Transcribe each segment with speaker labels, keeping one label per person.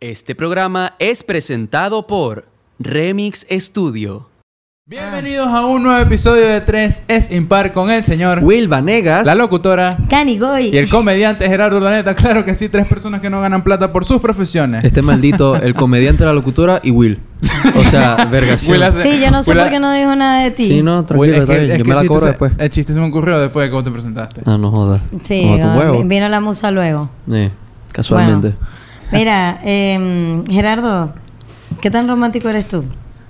Speaker 1: Este programa es presentado por Remix Studio,
Speaker 2: Bienvenidos a un nuevo episodio de 3 es impar con el señor,
Speaker 1: Will Vanegas,
Speaker 2: la locutora
Speaker 3: Canigoy.
Speaker 2: y el comediante Gerardo Urdaneta. Claro que sí, tres personas que no ganan plata por sus profesiones.
Speaker 4: Este maldito, el comediante, la locutora y Will. O sea, vergación.
Speaker 2: Will hace-
Speaker 3: Sí, yo no sé
Speaker 2: Will ha-
Speaker 3: por qué no dijo nada de ti.
Speaker 4: Sí, no,
Speaker 2: Will,
Speaker 4: tranquilo,
Speaker 2: es
Speaker 4: está
Speaker 2: que-
Speaker 4: bien.
Speaker 2: es eh,
Speaker 4: Yo
Speaker 2: que
Speaker 4: me la
Speaker 2: el chiste
Speaker 4: cobro
Speaker 2: se-
Speaker 4: después.
Speaker 2: El chiste se me ocurrió después de cómo te presentaste.
Speaker 4: Ah, no jodas.
Speaker 3: Sí,
Speaker 4: Como tu
Speaker 3: ah,
Speaker 4: huevo.
Speaker 3: vi- vino la musa luego.
Speaker 4: Eh, casualmente.
Speaker 3: Bueno. Mira, em, Gerardo, ¿qué tan romántico eres tú?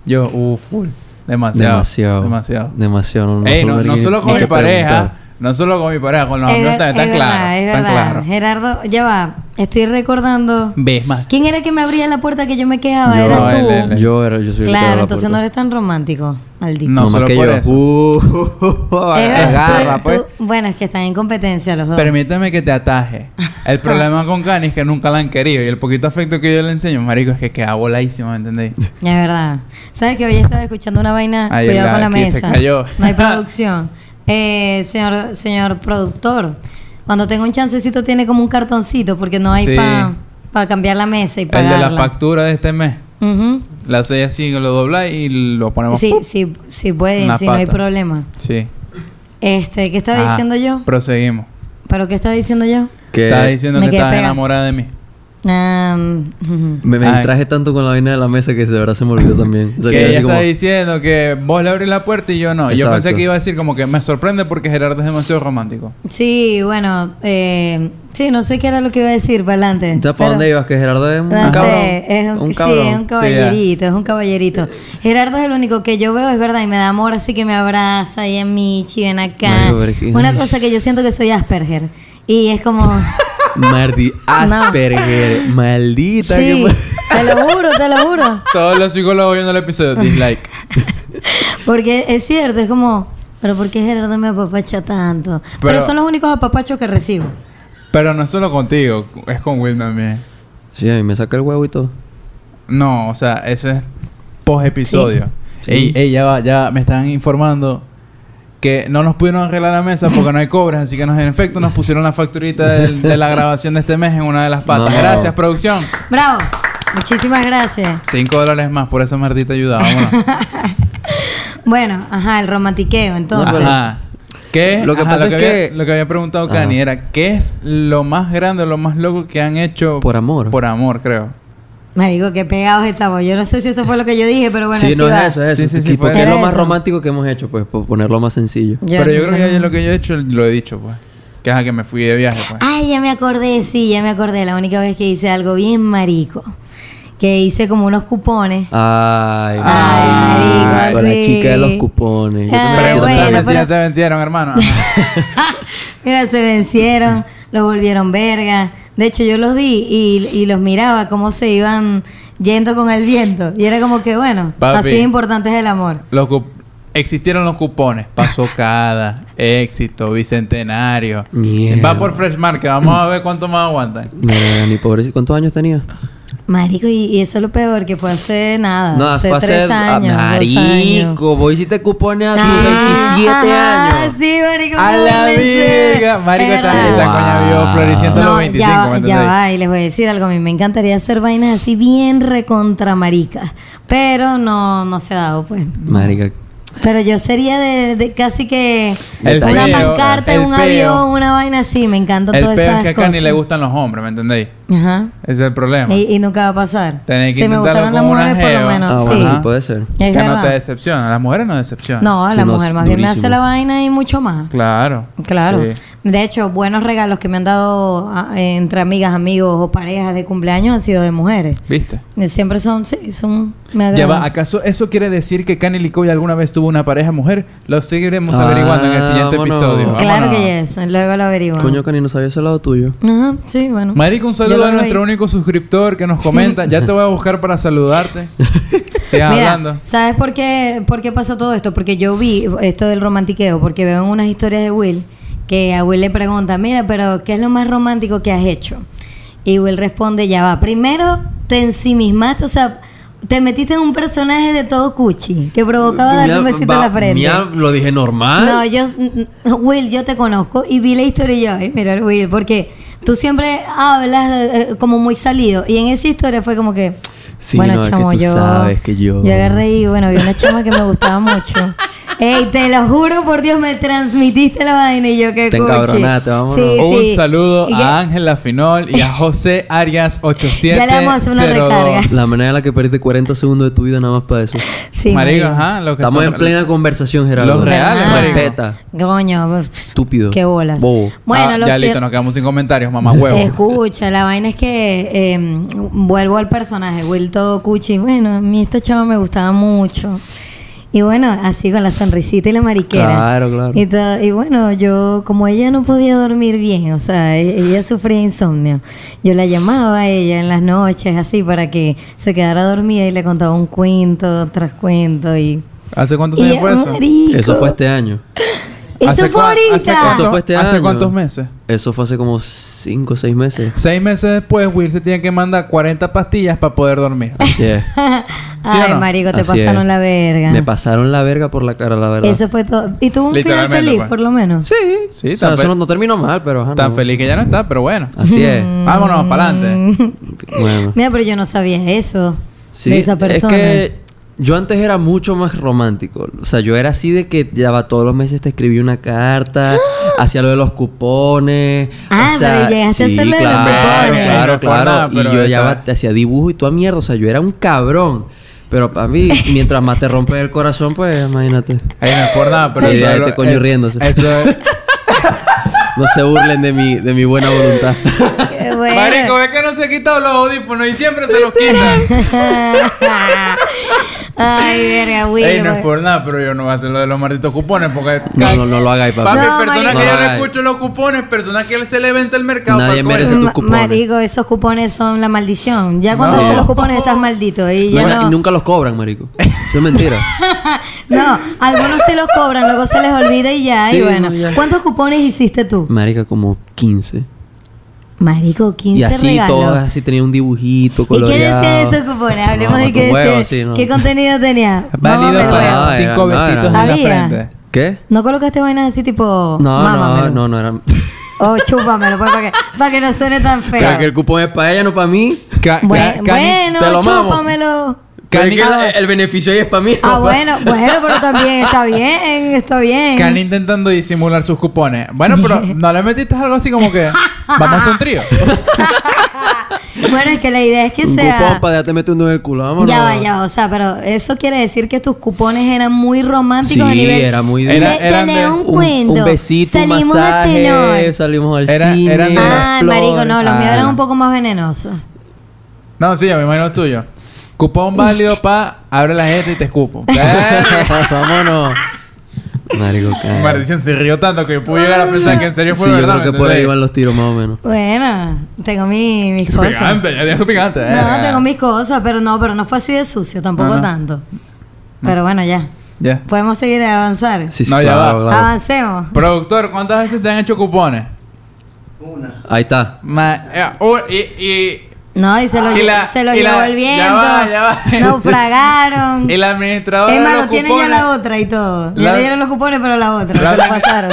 Speaker 2: Yo, uh, full. Demasiado.
Speaker 4: Demasiado.
Speaker 2: Demasiado.
Speaker 4: Demasiado. No,
Speaker 2: Ey, no,
Speaker 4: solo-
Speaker 2: no solo con
Speaker 4: ni
Speaker 2: mi
Speaker 4: te
Speaker 2: pareja,
Speaker 4: preguntar.
Speaker 2: no solo con mi pareja, con los
Speaker 3: es
Speaker 2: amigos
Speaker 3: ver-
Speaker 2: está,
Speaker 3: es verdad, es
Speaker 2: claro. Está
Speaker 3: verdad.
Speaker 2: claro.
Speaker 3: Gerardo, ya va. Estoy recordando.
Speaker 2: Ves más.
Speaker 3: ¿Quién era que me abría la puerta que yo me quedaba?
Speaker 4: Yo,
Speaker 3: Eras tú.
Speaker 2: él, él, él.
Speaker 4: Yo era, yo soy el que abre
Speaker 3: Claro,
Speaker 4: la
Speaker 3: entonces no
Speaker 4: puerta.
Speaker 3: eres tan romántico, maldito.
Speaker 2: No,
Speaker 4: No, más
Speaker 2: solo
Speaker 4: que
Speaker 2: por
Speaker 4: yo.
Speaker 2: eso.
Speaker 4: Uh,
Speaker 3: Es verdad, tú
Speaker 4: agarra,
Speaker 3: eres- tú-
Speaker 4: pues.
Speaker 3: bueno, es que están en competencia los dos.
Speaker 2: Permíteme que te ataje. El problema con Cani es que nunca la han querido. Y el poquito afecto que yo le enseño, marico, es que queda voladísimo, ¿me entendéis?
Speaker 3: Es verdad. ¿Sabes que hoy estaba escuchando una vaina?
Speaker 2: Ahí
Speaker 3: Cuidado
Speaker 2: la-
Speaker 3: con la
Speaker 2: aquí se
Speaker 3: mesa.
Speaker 2: cayó.
Speaker 3: No hay producción. Eh, señor, señor productor, cuando tenga un chancecito tiene como un cartoncito porque no hay
Speaker 2: Sí.
Speaker 3: para cambiar la mesa y
Speaker 2: El de
Speaker 3: pagarla.
Speaker 2: la factura de este mes.
Speaker 3: Ujú.
Speaker 2: La sellas así, lo dobláis y lo ponemos.
Speaker 3: Sí, sí, sí puede,
Speaker 2: Una
Speaker 3: si no hay
Speaker 2: pata. Ah.
Speaker 3: problema.
Speaker 2: Sí.
Speaker 3: Este, ¿qué estaba
Speaker 2: Ajá,
Speaker 3: diciendo yo?
Speaker 2: Proseguimos.
Speaker 3: ¿Pero qué estaba diciendo yo?
Speaker 4: Que
Speaker 2: Estaba diciendo
Speaker 3: me
Speaker 2: que
Speaker 3: quedé
Speaker 2: estabas
Speaker 3: pegada.
Speaker 2: enamorada de mí.
Speaker 3: Ah, ujú.
Speaker 4: me, me
Speaker 2: Ay.
Speaker 4: distraje tanto con la vaina de la mesa que de verdad se me olvidó también. O sea,
Speaker 2: que
Speaker 4: que
Speaker 2: ella
Speaker 4: así
Speaker 2: está
Speaker 4: como-
Speaker 2: diciendo que vos le abrís la puerta y yo no. Yo
Speaker 4: Exacto.
Speaker 2: pensé que iba a decir como que me sorprende porque Gerardo es demasiado romántico.
Speaker 3: Sí, bueno, eh, sí, no sé qué era lo que iba a decir, para adelante.
Speaker 4: ¿Sabes para
Speaker 3: Pero-
Speaker 4: dónde ibas? Que Gerardo es un
Speaker 3: No sé,
Speaker 4: cabrón.
Speaker 3: es un, Sí, es un caballerito, es un caballerito. Gerardo es el único que yo veo, es verdad, y me da amor, así que me abraza y en Michi, ven acá.
Speaker 4: Marico, pero es que-
Speaker 3: Una cosa que yo siento que soy Asperger. Y es como.
Speaker 4: Mardi Asperger. Maldita.
Speaker 3: sí,
Speaker 4: que-
Speaker 3: te lo juro, te lo juro.
Speaker 2: Todos los psicólogos viendo el episodio, dislike.
Speaker 3: Porque es cierto, es como. Pero ¿por qué Gerardo me apapacha tanto? Pero,
Speaker 2: Pero-
Speaker 3: son los únicos apapachos que recibo.
Speaker 2: Pero no es solo contigo, es con Will también.
Speaker 4: Sí, a mí me saca el huevo y todo.
Speaker 2: No, o sea, eso es post episodio.
Speaker 4: Sí.
Speaker 2: Ey, ey, ya va, ya me están informando que no nos pudieron arreglar la mesa porque no hay cobres, así que nos, en efecto nos pusieron la facturita del- de la grabación de este mes en una de las patas.
Speaker 4: No.
Speaker 2: Gracias, producción.
Speaker 3: Bravo, muchísimas gracias.
Speaker 2: Cinco dólares más, por eso Martita ayuda, vámonos.
Speaker 3: Bueno, ajá, el romantiqueo, entonces.
Speaker 2: Ajá. ¿Qué?
Speaker 4: Lo que
Speaker 2: ajá,
Speaker 4: pasa es
Speaker 2: había-
Speaker 4: que-
Speaker 2: lo que había preguntado
Speaker 4: Ajá.
Speaker 2: Cani era ¿qué es lo más grande o lo más loco que han hecho
Speaker 4: Por amor.
Speaker 2: Por amor, creo.
Speaker 3: Marico, qué pegados estamos. Yo no sé si eso fue lo que yo dije, pero bueno,
Speaker 4: sí,
Speaker 3: así
Speaker 4: no
Speaker 3: va.
Speaker 4: es eso, es
Speaker 2: Sí,
Speaker 4: eso.
Speaker 2: sí, sí,
Speaker 4: Y porque
Speaker 2: fue-
Speaker 4: es lo
Speaker 3: Era
Speaker 4: más
Speaker 3: eso.
Speaker 4: romántico que hemos hecho, pues, por ponerlo más sencillo.
Speaker 2: Pero yo creo que ya lo que yo he hecho lo he dicho, pues. Que es a que me fui de viaje, pues.
Speaker 3: Ay, ya me acordé, sí, ya me acordé. La única vez que hice algo bien marico. Que hice como unos cupones.
Speaker 4: Ay,
Speaker 3: Ay, marico,
Speaker 4: con la
Speaker 3: sí.
Speaker 4: chica de los cupones. Yo
Speaker 2: Ah,
Speaker 4: también
Speaker 3: Ay,
Speaker 4: quiero
Speaker 3: bueno,
Speaker 4: también.
Speaker 2: Pregúntame si ya
Speaker 3: pero-
Speaker 2: se vencieron, hermano. Ajá.
Speaker 3: Mira, se vencieron, los volvieron verga. De hecho, yo los di y, y los miraba cómo se iban yendo con el viento. Y era como que, bueno,
Speaker 2: Papi.
Speaker 3: así de importante es el amor.
Speaker 2: Los cup- Existieron los cupones. Pasó cada, éxito, bicentenario.
Speaker 4: Mierda.
Speaker 2: Va por Fresh Market. Vamos a ver cuánto más aguantan.
Speaker 4: Mira, ni pobrecito. ¿Cuántos años tenía?
Speaker 3: Marico, y, y eso es lo peor, que fue hace nada. hace
Speaker 4: fue
Speaker 3: tres
Speaker 4: hace- ah,
Speaker 3: años. dos años.
Speaker 4: Marico, vos hiciste cupones a tus
Speaker 3: Ah,
Speaker 4: 27
Speaker 3: ajá,
Speaker 4: años.
Speaker 3: Sí, marico.
Speaker 2: A la
Speaker 3: búrlense.
Speaker 2: verga. Marico,
Speaker 3: Es
Speaker 2: esta,
Speaker 3: verdad.
Speaker 2: esta coña vio floreciendo los
Speaker 3: No,
Speaker 2: 25.
Speaker 3: ya,
Speaker 2: ¿me
Speaker 3: va- ya
Speaker 2: entendéis?
Speaker 3: va, y les voy a decir algo. A mí me encantaría hacer vainas así bien recontra maricas. Pero no, no se ha dado, pues.
Speaker 4: Marica.
Speaker 3: Pero yo sería de, de casi que
Speaker 2: El
Speaker 3: una
Speaker 2: peo,
Speaker 3: pancarta en
Speaker 2: el
Speaker 3: un
Speaker 2: peo.
Speaker 3: avión, una vaina así. Me encanta
Speaker 2: El
Speaker 3: todas
Speaker 2: peor
Speaker 3: esas
Speaker 2: es que acá
Speaker 3: cosas.
Speaker 2: ni le gustan los hombres, ¿me entendéis?
Speaker 3: Ajá.
Speaker 2: Ese es el problema.
Speaker 3: Y, y nunca va a pasar.
Speaker 2: Tenés que
Speaker 3: si me
Speaker 2: intentarlo
Speaker 3: gustaran las
Speaker 2: con una
Speaker 3: mujeres, por lo
Speaker 2: jeva.
Speaker 4: Ah,
Speaker 3: menos.
Speaker 4: bueno,
Speaker 3: sí.
Speaker 4: sí, puede ser.
Speaker 2: que
Speaker 3: Es
Speaker 2: no te
Speaker 3: verdad.
Speaker 2: decepciona. Las mujeres no decepcionan.
Speaker 3: No,
Speaker 4: Sí,
Speaker 3: la
Speaker 4: no,
Speaker 3: mujer
Speaker 4: es
Speaker 3: más bien me hace
Speaker 4: durísimo.
Speaker 3: la vaina y mucho más.
Speaker 2: Claro.
Speaker 3: Claro.
Speaker 2: Sí.
Speaker 3: De hecho, buenos regalos que me han dado ah, entre amigas, amigos o parejas de cumpleaños han sido de mujeres.
Speaker 2: ¿Viste?
Speaker 3: Eh, Siempre son, sí, son... Me
Speaker 2: Ya va,
Speaker 3: agradan.
Speaker 2: ¿acaso eso quiere decir que Kanye Licoy alguna vez tuvo una pareja mujer? Lo seguiremos
Speaker 4: Ah,
Speaker 2: averiguando en el siguiente
Speaker 4: vámonos.
Speaker 2: episodio.
Speaker 3: Claro
Speaker 2: Vámonos.
Speaker 3: que yes. Luego lo averiguo.
Speaker 4: Coño, Cani, no sabía ese lado tuyo.
Speaker 3: Ajá, sí, bueno.
Speaker 2: Marico, un
Speaker 3: Yo
Speaker 2: saludo
Speaker 3: lo
Speaker 2: a
Speaker 3: veo
Speaker 2: nuestro
Speaker 3: ahí.
Speaker 2: único suscriptor que nos comenta. Ya te voy a buscar para saludarte. Sigan
Speaker 3: Mira,
Speaker 2: hablando.
Speaker 3: ¿sabes por qué, por qué pasa todo esto? Porque yo vi esto del romantiqueo, porque veo en unas historias de Will que a Will le pregunta, mira, pero ¿qué es lo más romántico que has hecho? Y Will responde, ya va, primero te ensimismaste, o sea, te metiste en un personaje de todo cuchi, que provocaba darle un besito en la frente.
Speaker 4: Mira, lo dije normal.
Speaker 3: No, yo, Will, yo te conozco y vi la historia y yo, ay, mira, Will, porque tú siempre hablas eh, eh, como muy salido. Y en esa historia fue como que.
Speaker 4: Sí, no, es que tú sabes que yo-
Speaker 3: Yo agarré y bueno, vi una chama que me gustaba mucho. Ey, te lo juro por Dios, me transmitiste la vaina y yo que
Speaker 4: Te encabronaste, vámonos.
Speaker 2: Un saludo a Ángela Finol y a José Arias 8702.
Speaker 3: Ya le vamos a hacer una recarga.
Speaker 4: La manera en la que perdiste 40 segundos de tu vida nada más para eso.
Speaker 3: Sí,
Speaker 2: Marico,
Speaker 3: marico.
Speaker 2: ajá, Ah, lo que
Speaker 4: Estamos
Speaker 2: son-
Speaker 4: en plena conversación, Gerardo.
Speaker 2: Los reales,
Speaker 3: Ah. marico.
Speaker 4: Respeta.
Speaker 3: Coño, pff,
Speaker 4: Estúpido.
Speaker 3: Qué bolas.
Speaker 4: Bobo.
Speaker 3: Bueno,
Speaker 2: Ah,
Speaker 3: lo
Speaker 2: ya listo,
Speaker 3: cierto.
Speaker 2: nos quedamos sin comentarios, mamá huevo.
Speaker 3: Escucha, la vaina es que eh, vuelvo al personaje, Will todo cuchi. Bueno, a mí esta chava me gustaba mucho. Y bueno, así con la sonrisita y la mariquera.
Speaker 4: Claro, claro.
Speaker 3: Y, to- y bueno, yo, como ella no podía dormir bien, o sea, e- ella sufría insomnio. Yo la llamaba a ella en las noches, así, para que se quedara dormida y le contaba un cuento tras cuento. Y,
Speaker 2: ¿Hace cuántos
Speaker 3: y,
Speaker 2: años fue eso?
Speaker 3: marico,
Speaker 4: Eso fue este año.
Speaker 3: eso
Speaker 2: ¿Hace
Speaker 3: fue
Speaker 2: cua-
Speaker 3: ahorita.
Speaker 2: hace
Speaker 4: Eso
Speaker 2: cuánto-
Speaker 4: fue este
Speaker 2: ¿Hace
Speaker 4: año.
Speaker 2: cuántos meses?
Speaker 4: Eso fue hace como 5 o 6 meses.
Speaker 2: Seis meses después, Will se tiene que mandar 40 pastillas para poder dormir.
Speaker 4: Así es.
Speaker 2: ¿Sí o
Speaker 3: Ay,
Speaker 2: no?
Speaker 3: marico, te
Speaker 4: Así
Speaker 3: pasaron
Speaker 4: es.
Speaker 3: la verga.
Speaker 4: Me pasaron la verga por la cara, la verdad.
Speaker 3: Eso fue todo. Y tuvo un final
Speaker 2: Literalmente,
Speaker 3: feliz,
Speaker 2: pues.
Speaker 3: por lo menos.
Speaker 4: Sí.
Speaker 2: Sí,
Speaker 4: O sea,
Speaker 2: tan
Speaker 4: eso
Speaker 2: fe-
Speaker 4: no, no terminó mal, pero ajá.
Speaker 2: Tan
Speaker 4: no. Ah.
Speaker 2: feliz que ya no está, pero bueno.
Speaker 4: Así es.
Speaker 2: Vámonos, para adelante.
Speaker 4: Bueno.
Speaker 3: Mira, pero yo no sabía eso
Speaker 4: Sí,
Speaker 3: de esa persona.
Speaker 4: Es que yo antes era mucho más romántico. O sea, yo era así de que ya va todos los meses te escribí una carta, hacía lo de los cupones.
Speaker 3: Ah,
Speaker 4: o sea,
Speaker 3: pero llegaste a
Speaker 4: sí,
Speaker 3: hacer lo de los
Speaker 4: claro,
Speaker 2: cupones.
Speaker 4: Claro,
Speaker 2: No, por nada,
Speaker 4: claro.
Speaker 2: pero
Speaker 4: y yo
Speaker 2: esa-
Speaker 4: ya va- te hacía dibujo y toda mierda. O sea, yo era un cabrón. Pero para mí, mientras más te rompe el corazón, pues imagínate.
Speaker 2: Ahí no es por nada, pero
Speaker 4: Ahí
Speaker 2: eso
Speaker 4: ya
Speaker 2: es lo-
Speaker 4: este coño
Speaker 2: es-
Speaker 4: riéndose.
Speaker 2: Eso es.
Speaker 4: No se burlen de mi, de mi buena voluntad.
Speaker 3: Qué bueno.
Speaker 2: Marico, es que no se quitado los audífonos y siempre se los quitan.
Speaker 3: Ay, verga, güey.
Speaker 2: Ey, no es
Speaker 3: güey.
Speaker 2: por nada, pero yo no voy a hacer lo de los malditos cupones porque.
Speaker 4: No, no, no lo hagáis,
Speaker 2: Papi,
Speaker 4: papi.
Speaker 3: No,
Speaker 2: personas
Speaker 3: marico.
Speaker 2: que yo
Speaker 4: No,
Speaker 2: no
Speaker 4: ay.
Speaker 2: escucho los cupones, personas que se le vence el mercado.
Speaker 4: Nadie
Speaker 2: pa'l coño.
Speaker 4: merece tus
Speaker 3: Ma-
Speaker 4: cupones.
Speaker 3: Marico, esos cupones son la maldición. Ya cuando
Speaker 2: No.
Speaker 3: haces los cupones estás maldito. Y ya
Speaker 4: No,
Speaker 3: no,
Speaker 4: y nunca los cobran, marico. Eso es mentira.
Speaker 3: No, algunos sí los cobran, luego se les olvida y ya. y
Speaker 4: Sí,
Speaker 3: bueno,
Speaker 4: no, ya.
Speaker 3: ¿cuántos cupones hiciste tú?
Speaker 4: Marica, como 15.
Speaker 3: Marico, 15
Speaker 4: y así
Speaker 3: regalos.
Speaker 4: todas, así tenía un dibujito
Speaker 3: ¿Y
Speaker 4: colorido.
Speaker 3: qué decía esos cupones? Hablemos
Speaker 4: No,
Speaker 3: de qué
Speaker 4: con huevo,
Speaker 3: decía.
Speaker 4: sí, no.
Speaker 3: ¿Qué contenido tenía?
Speaker 2: Válido
Speaker 3: Mámame el
Speaker 2: para
Speaker 3: huevo.
Speaker 4: No, era-
Speaker 2: cinco
Speaker 4: no, era-
Speaker 2: besitos en la
Speaker 3: Había.
Speaker 2: frente.
Speaker 4: ¿Qué?
Speaker 3: ¿No colocaste vainas así tipo
Speaker 4: No,
Speaker 3: mámamelo?
Speaker 4: no, no, no era.
Speaker 3: O chúpamelo, pues, para que, para que no suene tan feo.
Speaker 4: Claro que el cupón es para ella, no para mí.
Speaker 2: Ca- ca- cani-
Speaker 3: Bue- bueno,
Speaker 4: te lo mamo.
Speaker 3: chúpamelo.
Speaker 4: Pero es que
Speaker 3: Ah,
Speaker 4: el, el beneficio ahí es para mí. no
Speaker 3: Ah,
Speaker 4: pa-
Speaker 3: bueno, bueno, pero también está bien, está bien.
Speaker 2: Can intentando disimular sus cupones. Bueno, pero ¿no le metiste algo así como que vamos a hacer un trío?
Speaker 3: Bueno, es que la idea es que
Speaker 4: Un
Speaker 3: sea...
Speaker 4: cupón para dejarte meter un dedo en el culo, vámonos.
Speaker 3: Ya va, ya va. O sea, pero eso quiere decir que tus cupones eran muy románticos a
Speaker 4: Sí,
Speaker 3: nivel...
Speaker 4: era muy
Speaker 3: de,
Speaker 2: Era-
Speaker 3: de
Speaker 2: eran
Speaker 3: leer
Speaker 2: de
Speaker 3: un,
Speaker 4: Un,
Speaker 3: cuento.
Speaker 4: un besito, un
Speaker 3: Salimos a
Speaker 4: masaje,
Speaker 3: cenar.
Speaker 4: salimos al
Speaker 2: Era-
Speaker 4: cine.
Speaker 2: eran de-
Speaker 3: Ay, marico, no. Los míos
Speaker 2: Ah.
Speaker 3: eran un poco más venenosos.
Speaker 2: No, sí, yo me imagino el tuyo. Cupón válido pa' abre la gente y te escupo.
Speaker 4: Ah,
Speaker 2: Eh, Ah,
Speaker 4: vámonos. Marico, cara.
Speaker 2: Maldición, se rió tanto que yo pude llegar a pensar que en serio fue
Speaker 4: Sí, yo
Speaker 2: verdad.
Speaker 4: creo que
Speaker 2: ¿me
Speaker 4: por ahí
Speaker 2: entendéis?
Speaker 4: van los tiros más o menos.
Speaker 3: Bueno, tengo mi- mis
Speaker 2: Su
Speaker 3: cosas.
Speaker 2: picante, ya tiene su picante.
Speaker 3: No, tengo mis cosas, pero no, pero no fue así de sucio, tampoco
Speaker 2: Ajá.
Speaker 3: tanto. Pero bueno, ya.
Speaker 2: Ya.
Speaker 3: Podemos seguir a avanzar.
Speaker 4: Sí, sí,
Speaker 2: No, ya
Speaker 4: claro,
Speaker 2: va.
Speaker 4: claro.
Speaker 3: Avancemos.
Speaker 2: Productor, ¿cuántas veces te han hecho cupones?
Speaker 3: Ah.
Speaker 4: Ahí está.
Speaker 2: Ma- eh, un- y, y,
Speaker 3: No, y se lo,
Speaker 2: Y
Speaker 3: lle-
Speaker 2: la-
Speaker 3: se lo
Speaker 2: y la-
Speaker 3: llevó el viento.
Speaker 2: ya va, ya va.
Speaker 3: Naufragaron.
Speaker 2: el administrador.
Speaker 3: Es
Speaker 2: de
Speaker 3: más,
Speaker 2: los
Speaker 3: lo tienen ya
Speaker 2: cupones-
Speaker 3: la otra y todo. Ya
Speaker 2: La-
Speaker 3: le dieron los cupones, pero la otra.
Speaker 2: La-
Speaker 3: se lo pasaron.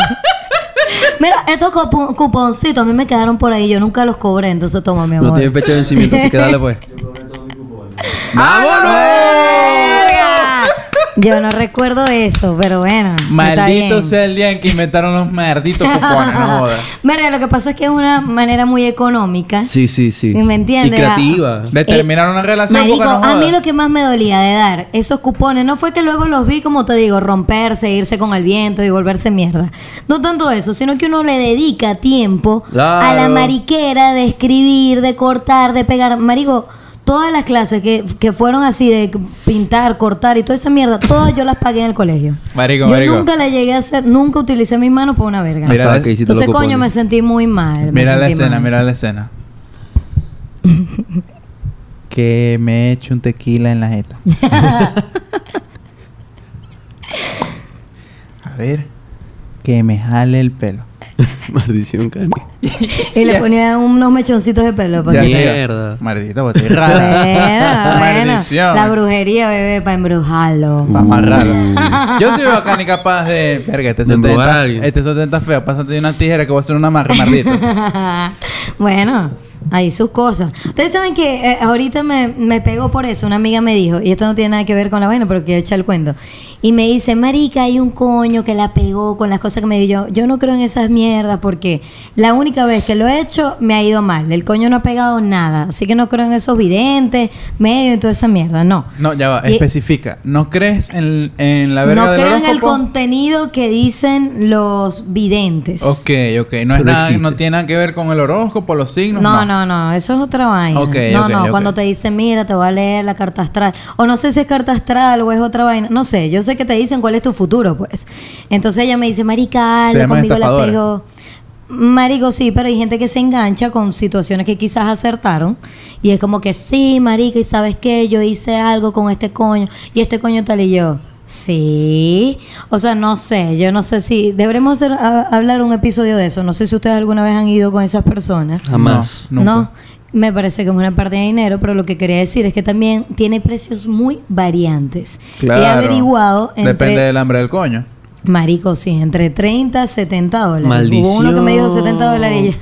Speaker 3: Mira, estos cupo- cuponcitos a mí me quedaron por ahí. Yo nunca los cobré, entonces toma, mi amor. Ah,
Speaker 4: No tiene fecha de vencimiento, así que dale pues.
Speaker 2: ¡Oh,
Speaker 3: ¡Verga! Yo no recuerdo eso, pero bueno. está
Speaker 2: Maldito
Speaker 3: bien.
Speaker 2: sea el día en que inventaron los malditos cupones, no jodas.
Speaker 3: Verga, lo que pasa es que es una manera muy económica.
Speaker 4: pues. Sí, sí, sí.
Speaker 3: ¿Me ah. entiendes?
Speaker 4: Y creativa.
Speaker 2: De terminar una relación
Speaker 3: Marico,
Speaker 2: porque no
Speaker 3: a mí
Speaker 2: jodas.
Speaker 3: lo que más me dolía de dar esos cupones no fue que luego los vi, como te digo, romperse, irse con el viento y volverse mierda. No tanto eso, sino que uno le dedica tiempo
Speaker 4: Claro.
Speaker 3: a la mariquera de escribir, de cortar, de pegar. Marico, todas las clases que, que fueron así de pintar, cortar y toda esa mierda, todas yo las pagué en el colegio.
Speaker 2: Marico,
Speaker 3: yo
Speaker 2: marico.
Speaker 3: nunca la llegué a hacer, nunca utilicé mis manos por una verga.
Speaker 2: Mira,
Speaker 4: Hasta que hiciste
Speaker 3: Entonces,
Speaker 4: los
Speaker 3: coño, me
Speaker 4: cupones.
Speaker 3: sentí muy mal. me
Speaker 2: Mira la
Speaker 3: sentí
Speaker 2: escena,
Speaker 3: mal.
Speaker 2: mira la escena. que me eche un tequila en la jeta. A ver, que me jale el pelo.
Speaker 4: Maldición, Cani.
Speaker 3: Y le
Speaker 2: Yes.
Speaker 3: ponía unos mechoncitos de pelo. para
Speaker 4: Ya
Speaker 3: que-
Speaker 4: sé. Mierda.
Speaker 2: Maldita botella
Speaker 3: Bueno, bueno.
Speaker 2: Maldición.
Speaker 3: La brujería, bebé, para embrujarlo.
Speaker 2: Para amarrarlo. Yo soy bacán y capaz de. Verga, este
Speaker 4: Uh. De
Speaker 2: sotén
Speaker 4: empujar a
Speaker 2: está-
Speaker 4: alguien.
Speaker 2: Este sotén está feo. Pásate una tijera que voy a hacer una amarra, maldito.
Speaker 3: bueno, Bueno, hay sus cosas. Ustedes saben que eh, ahorita me, me pegó por eso. Una amiga me dijo, y esto no tiene nada que ver con la vaina, pero quiero echar el cuento. Y me dice, Marica, hay un coño que la pegó con las cosas que me dio. Yo, yo no creo en esas mierdas porque la única vez que lo he hecho me ha ido mal. El coño no ha pegado nada. Así que no creo en esos videntes, medios y toda esa mierda. No.
Speaker 2: No, ya va,
Speaker 3: Y-
Speaker 2: especifica. ¿No crees en, en la verga
Speaker 3: No
Speaker 2: del
Speaker 3: creo en el
Speaker 2: horóscopo?
Speaker 3: contenido que dicen los videntes.
Speaker 2: Ok, ok. No, es
Speaker 4: Pero
Speaker 2: nada,
Speaker 4: existe.
Speaker 2: no tiene nada que ver con el horóscopo, los signos.
Speaker 3: No, no, no, eso es otra vaina.
Speaker 2: Ok,
Speaker 3: no,
Speaker 2: ok,
Speaker 3: no,
Speaker 2: ok.
Speaker 3: cuando te dicen, mira, te voy a leer la carta astral. O no sé si es carta astral o es otra vaina. No sé, yo sé que te dicen cuál es tu futuro, pues. Entonces ella me dice, Marica,
Speaker 2: Se
Speaker 3: algo
Speaker 2: llaman
Speaker 3: conmigo la
Speaker 2: estafadoras.
Speaker 3: pegó. Marico, sí, pero hay gente que se engancha con situaciones que quizás acertaron. Y es como que, sí, marica, ¿y sabes qué? Yo hice algo con este coño. Y este coño tal y yo. Sí. O sea, no sé. Yo no sé si... Deberemos hacer- a- hablar un episodio de eso. No sé si ustedes alguna vez han ido con esas personas.
Speaker 4: Jamás.
Speaker 2: No, nunca.
Speaker 3: No, me parece que es una parte de dinero, pero lo que quería decir es que también tiene precios muy variantes. He averiguado entre...
Speaker 2: Depende del hambre del coño.
Speaker 3: Marico, sí, entre 30 a 70 dólares.
Speaker 4: Maldición.
Speaker 3: Hubo uno que me dijo 70 dólares y yo,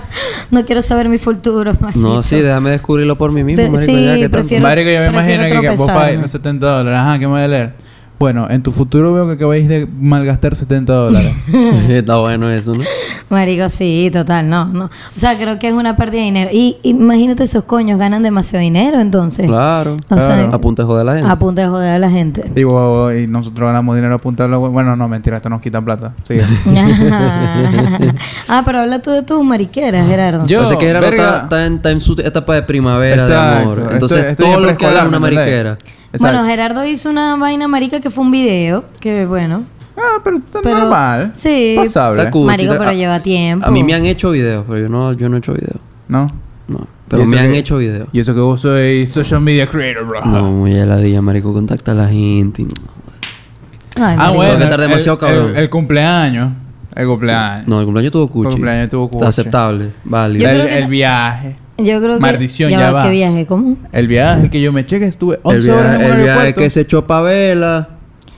Speaker 3: no quiero saber mi futuro, marico.
Speaker 4: No, sí, déjame descubrirlo por mí mismo.
Speaker 3: Pero-
Speaker 4: marico,
Speaker 3: sí,
Speaker 4: ya, ¿qué tanto?
Speaker 3: prefiero-
Speaker 2: Madre que yo me
Speaker 3: prefiero
Speaker 2: imagino que, que vos
Speaker 3: tropezarme.
Speaker 2: pagáis 70 dólares. Ajá, ¿qué me voy a leer? Bueno, en tu futuro veo que acabáis de malgastar 70 dólares.
Speaker 4: Está bueno eso, ¿no?
Speaker 3: Marico, sí, total, no, no. O sea, creo que es una pérdida de dinero. Y imagínate esos coños, ganan demasiado dinero entonces.
Speaker 4: Claro.
Speaker 3: O sea,
Speaker 4: A punto de joder a la gente.
Speaker 3: a punto de joder a la gente.
Speaker 2: y, vos- y nosotros ganamos dinero apuntado. Bueno, no, mentira, esto nos quita plata. Sigue.
Speaker 3: ah, pero habla tú de tus mariqueras, Gerardo.
Speaker 2: Yo,
Speaker 4: Parece que era
Speaker 2: verga.
Speaker 4: está, está en, está en su etapa de primavera, de
Speaker 2: Exacto,
Speaker 4: amor.
Speaker 2: estoy-
Speaker 4: Entonces,
Speaker 2: estoy en
Speaker 4: todo lo que
Speaker 2: preescolar,
Speaker 4: haga es una
Speaker 2: ¿me entendés?
Speaker 4: mariquera.
Speaker 2: Exacto.
Speaker 3: Bueno, Gerardo hizo una vaina marica que fue un video, que bueno.
Speaker 2: ah, pero está
Speaker 3: pero-
Speaker 2: normal.
Speaker 3: sí.
Speaker 2: Pasable.
Speaker 4: Está cool.
Speaker 3: Marico,
Speaker 4: Tita-
Speaker 3: pero
Speaker 4: a-
Speaker 3: lleva tiempo.
Speaker 4: A mí me han hecho videos, pero yo no, yo no he hecho videos.
Speaker 2: ¿No?
Speaker 4: No. Pero
Speaker 2: eso
Speaker 4: me han
Speaker 2: que-
Speaker 4: hecho videos.
Speaker 2: Y eso que vos sois social media creator, bro.
Speaker 4: No, muy heladilla, marico. Contacta a la gente. y no.
Speaker 3: Ay,
Speaker 2: Ah,
Speaker 3: marico.
Speaker 2: bueno.
Speaker 4: Tengo que estar
Speaker 2: el-
Speaker 4: demasiado
Speaker 2: el,
Speaker 4: cabrón.
Speaker 2: el cumpleaños. El cumpleaños.
Speaker 4: No, el cumpleaños tuvo cuchi.
Speaker 2: El cumpleaños tuvo cuchi.
Speaker 4: Aceptable. Válido.
Speaker 3: Yo
Speaker 2: el,
Speaker 3: creo que
Speaker 2: el
Speaker 3: no-
Speaker 2: viaje.
Speaker 3: Yo creo que.
Speaker 2: Maldición, ya va.
Speaker 3: que viaje, ¿cómo?
Speaker 2: El viaje, el que yo me cheque, estuve 11
Speaker 4: el viaje,
Speaker 2: horas en un
Speaker 4: el viaje
Speaker 2: aeropuerto.
Speaker 4: que se echó pa' vela.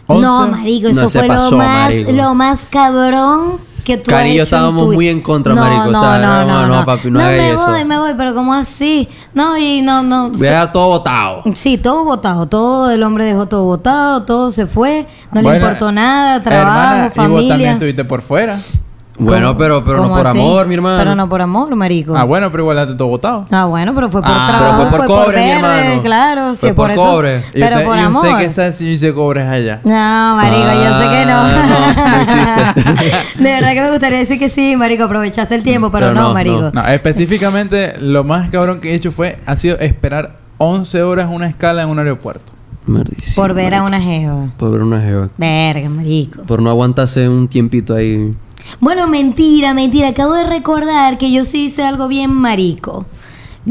Speaker 2: Once.
Speaker 3: No, marico, eso
Speaker 4: No, se
Speaker 3: fue
Speaker 4: pasó,
Speaker 3: lo más,
Speaker 4: marico.
Speaker 3: lo más cabrón que tú
Speaker 4: Cari y
Speaker 3: has
Speaker 4: yo
Speaker 3: hecho en
Speaker 4: estábamos
Speaker 3: tu vi-
Speaker 4: muy en contra,
Speaker 3: No,
Speaker 4: marico, o
Speaker 3: No,
Speaker 4: sea,
Speaker 3: no,
Speaker 4: no,
Speaker 3: no,
Speaker 4: no, papi, no hagáis
Speaker 3: me
Speaker 4: eso.
Speaker 3: voy, me voy, pero ¿cómo así? No, y no, no.
Speaker 4: Voy a
Speaker 3: se-
Speaker 4: dejar todo botado.
Speaker 3: Sí, todo botado, todo el hombre dejó todo botado, todo se fue, no le
Speaker 2: Bueno,
Speaker 3: importó nada,
Speaker 2: hermana,
Speaker 3: trabajo,
Speaker 2: Y vos también
Speaker 3: familia.
Speaker 2: estuviste por fuera.
Speaker 4: Bueno,
Speaker 3: ¿Cómo-
Speaker 4: pero, pero no
Speaker 3: cómo
Speaker 4: por
Speaker 3: así?
Speaker 4: amor, mi hermano.
Speaker 3: Pero no por amor, marico.
Speaker 2: Ah, bueno, pero igual date todo botado.
Speaker 3: Ah, bueno, pero fue por
Speaker 2: Ah, pero
Speaker 3: trabajo,
Speaker 4: fue por cobre, mi
Speaker 3: verde,
Speaker 4: hermano.
Speaker 3: claro,
Speaker 4: Fue
Speaker 3: sí,
Speaker 4: por
Speaker 3: por, eso.
Speaker 4: cobre.
Speaker 2: ¿Y
Speaker 3: Pero
Speaker 2: usted-
Speaker 3: por
Speaker 2: ¿y
Speaker 3: amor.
Speaker 2: usted qué sabe si yo hice cobres allá?
Speaker 3: No, marico, yo sé que no.
Speaker 4: Ah, no, no
Speaker 3: de verdad que me gustaría decir que sí, marico, aprovechaste el tiempo, pero,
Speaker 4: Pero
Speaker 3: no,
Speaker 4: no,
Speaker 3: marico.
Speaker 2: No, específicamente lo más cabrón que he hecho fue ha sido esperar 11 horas una escala en un aeropuerto.
Speaker 4: Maldición,
Speaker 3: por ver a
Speaker 4: marico.
Speaker 3: una jeva.
Speaker 4: Por ver una jeva.
Speaker 3: Verga, marico.
Speaker 4: Por no aguantarse un tiempito ahí.
Speaker 3: Bueno, mentira, mentira. Acabo de recordar que yo sí hice algo bien marico.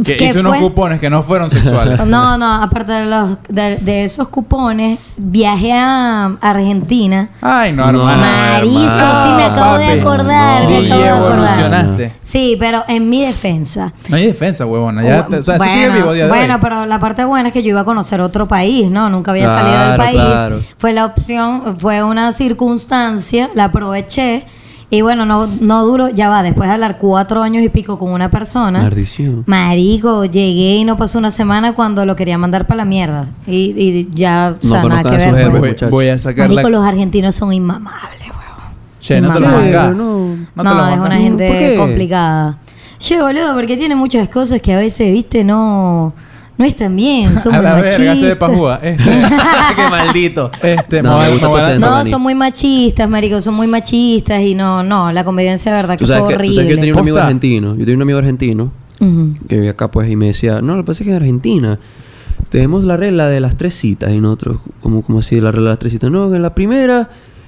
Speaker 2: Que
Speaker 3: ¿Qué
Speaker 2: hice unos
Speaker 3: fue?
Speaker 2: cupones que no fueron sexuales.
Speaker 3: No, no, aparte de, los, de, de esos cupones, viajé a Argentina.
Speaker 2: Ay, no,
Speaker 4: No,
Speaker 2: hermana.
Speaker 3: Marisco,
Speaker 4: hermano,
Speaker 3: sí, me acabo de
Speaker 2: papi.
Speaker 3: acordar,
Speaker 4: No,
Speaker 3: me
Speaker 2: DJ
Speaker 3: acabo de acordar.
Speaker 2: evolucionaste.
Speaker 3: Sí, pero en mi defensa.
Speaker 2: No hay defensa, huevona. Ya, te- o sea, sí sigue vivo a día de
Speaker 3: Oh, bueno,
Speaker 2: hoy.
Speaker 3: pero la parte buena es que yo iba a conocer otro país, ¿no? Nunca había
Speaker 4: Claro,
Speaker 3: salido del país.
Speaker 4: claro.
Speaker 3: Fue la opción, fue una circunstancia, la aproveché. Y bueno, no, no duro, ya va, después de hablar cuatro años y pico con una persona.
Speaker 4: Maldición.
Speaker 3: Marico, llegué y no pasó una semana cuando lo quería mandar para la mierda. Y, y ya, o
Speaker 4: No
Speaker 3: sea, nada
Speaker 4: conozcan
Speaker 3: que
Speaker 4: a sus
Speaker 3: ver.
Speaker 4: jefes,
Speaker 3: pues.
Speaker 2: voy,
Speaker 4: muchacho.
Speaker 2: voy a sacar
Speaker 3: Marico,
Speaker 2: la...
Speaker 3: los argentinos son inmamables, huevón.
Speaker 2: Che, no te lo
Speaker 3: Mamá.
Speaker 2: mancas.
Speaker 4: no.
Speaker 2: No te
Speaker 3: No,
Speaker 2: lo
Speaker 3: es
Speaker 2: mandas.
Speaker 3: una
Speaker 4: ¿Por
Speaker 3: gente
Speaker 4: qué?
Speaker 3: complicada. Che, boludo, porque tiene muchas cosas que a veces, viste, no, no están bien. Son
Speaker 2: a
Speaker 3: muy
Speaker 2: la verga, se de
Speaker 3: machistas.
Speaker 2: pajúa. Este,
Speaker 4: Qué maldito.
Speaker 2: este,
Speaker 4: No,
Speaker 2: me va-
Speaker 4: me gusta
Speaker 2: me va-
Speaker 4: tu acento.
Speaker 3: No,
Speaker 4: Dani.
Speaker 3: son muy machistas, marico, son muy machistas y no, no, la convivencia de verdad que
Speaker 4: Tú
Speaker 3: fue
Speaker 4: sabes que, tú
Speaker 3: Ah, horrible.
Speaker 4: sabes que yo tenía un amigo
Speaker 2: Posta.
Speaker 4: argentino. Yo tenía un amigo argentino
Speaker 3: Ujú.
Speaker 4: que vivía acá, pues, y me decía, no, lo que pasa es que en Argentina tenemos la regla de las tres citas y nosotros, como, como así, la regla de las tres citas. No, en la primera,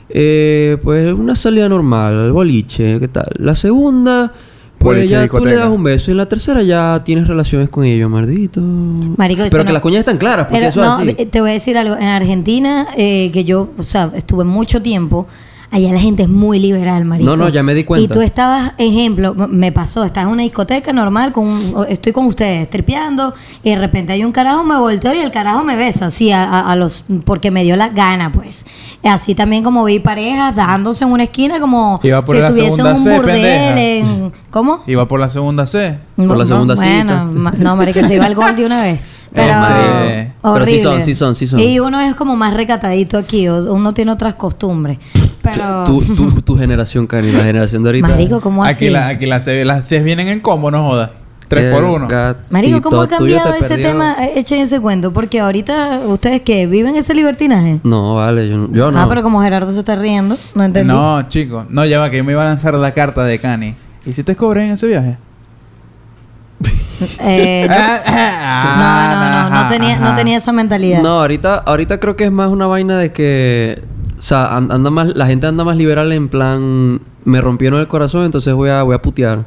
Speaker 4: eh, pues, una salida normal, al boliche, ¿qué tal? La segunda, pues,
Speaker 2: Boliche,
Speaker 4: ya tú
Speaker 2: discoteca.
Speaker 4: le das un beso. Y en la tercera ya tienes relaciones con ellos, mardito.
Speaker 3: Marico, eso
Speaker 4: Pero que
Speaker 3: no-
Speaker 4: las cuñas están claras, porque
Speaker 3: Pero
Speaker 4: eso es
Speaker 3: no,
Speaker 4: así.
Speaker 3: eh, te voy a decir algo. En Argentina, eh, que yo, o sea, estuve mucho tiempo, allá la gente es muy liberal, marico.
Speaker 4: No, no, ya me di cuenta.
Speaker 3: Y tú estabas, ejemplo, m- me pasó, estás en una discoteca normal, con un- o- estoy con ustedes, tripeando, y de repente hay un carajo, me volteo y el carajo me besa, así, a, a- a los, porque me dio la gana, pues. Así también como vi parejas dándose en una esquina, como
Speaker 2: Iba por
Speaker 3: si
Speaker 2: la
Speaker 3: estuviesen en
Speaker 2: segunda
Speaker 3: un
Speaker 2: C,
Speaker 3: burdel,
Speaker 2: pendeja.
Speaker 3: en- ¿cómo?
Speaker 2: Iba por la segunda C.
Speaker 4: Por
Speaker 3: No,
Speaker 4: la segunda
Speaker 3: no, Bueno,
Speaker 4: cita.
Speaker 3: ma- no, marico, se iba al gol de una vez. Pero,
Speaker 4: marico. Pero sí
Speaker 3: horrible.
Speaker 4: son, sí son, sí son.
Speaker 3: Y uno es como más recatadito aquí, o- uno tiene otras costumbres. Pero,
Speaker 4: Tu, tu- tu generación, Cari, la generación de ahorita.
Speaker 3: marico, ¿cómo así?
Speaker 2: Aquí, la, aquí la C, las Cs vienen en combo, no jodas. Tres por uno.
Speaker 4: Gatito
Speaker 3: Marico, ¿cómo ha
Speaker 4: tuyo
Speaker 3: cambiado
Speaker 4: te
Speaker 3: ese
Speaker 4: perdió.
Speaker 3: tema? Eh, Echen ese cuento, porque ahorita ustedes que viven ese libertinaje.
Speaker 4: No, vale, yo, no- yo no.
Speaker 3: Ah, pero como Gerardo se está riendo, no entendí.
Speaker 2: No, chico. No, ya va, que yo me iba a lanzar la carta de Cani. ¿Y si te cobré en ese viaje?
Speaker 3: Eh, no,
Speaker 2: Ah,
Speaker 3: no, no, no, no tenía, no tenía esa mentalidad.
Speaker 4: No, ahorita, ahorita creo que es más una vaina de que. O sea, an- anda más, la gente anda más liberal en plan. Me rompieron el corazón, entonces voy a, voy a putear.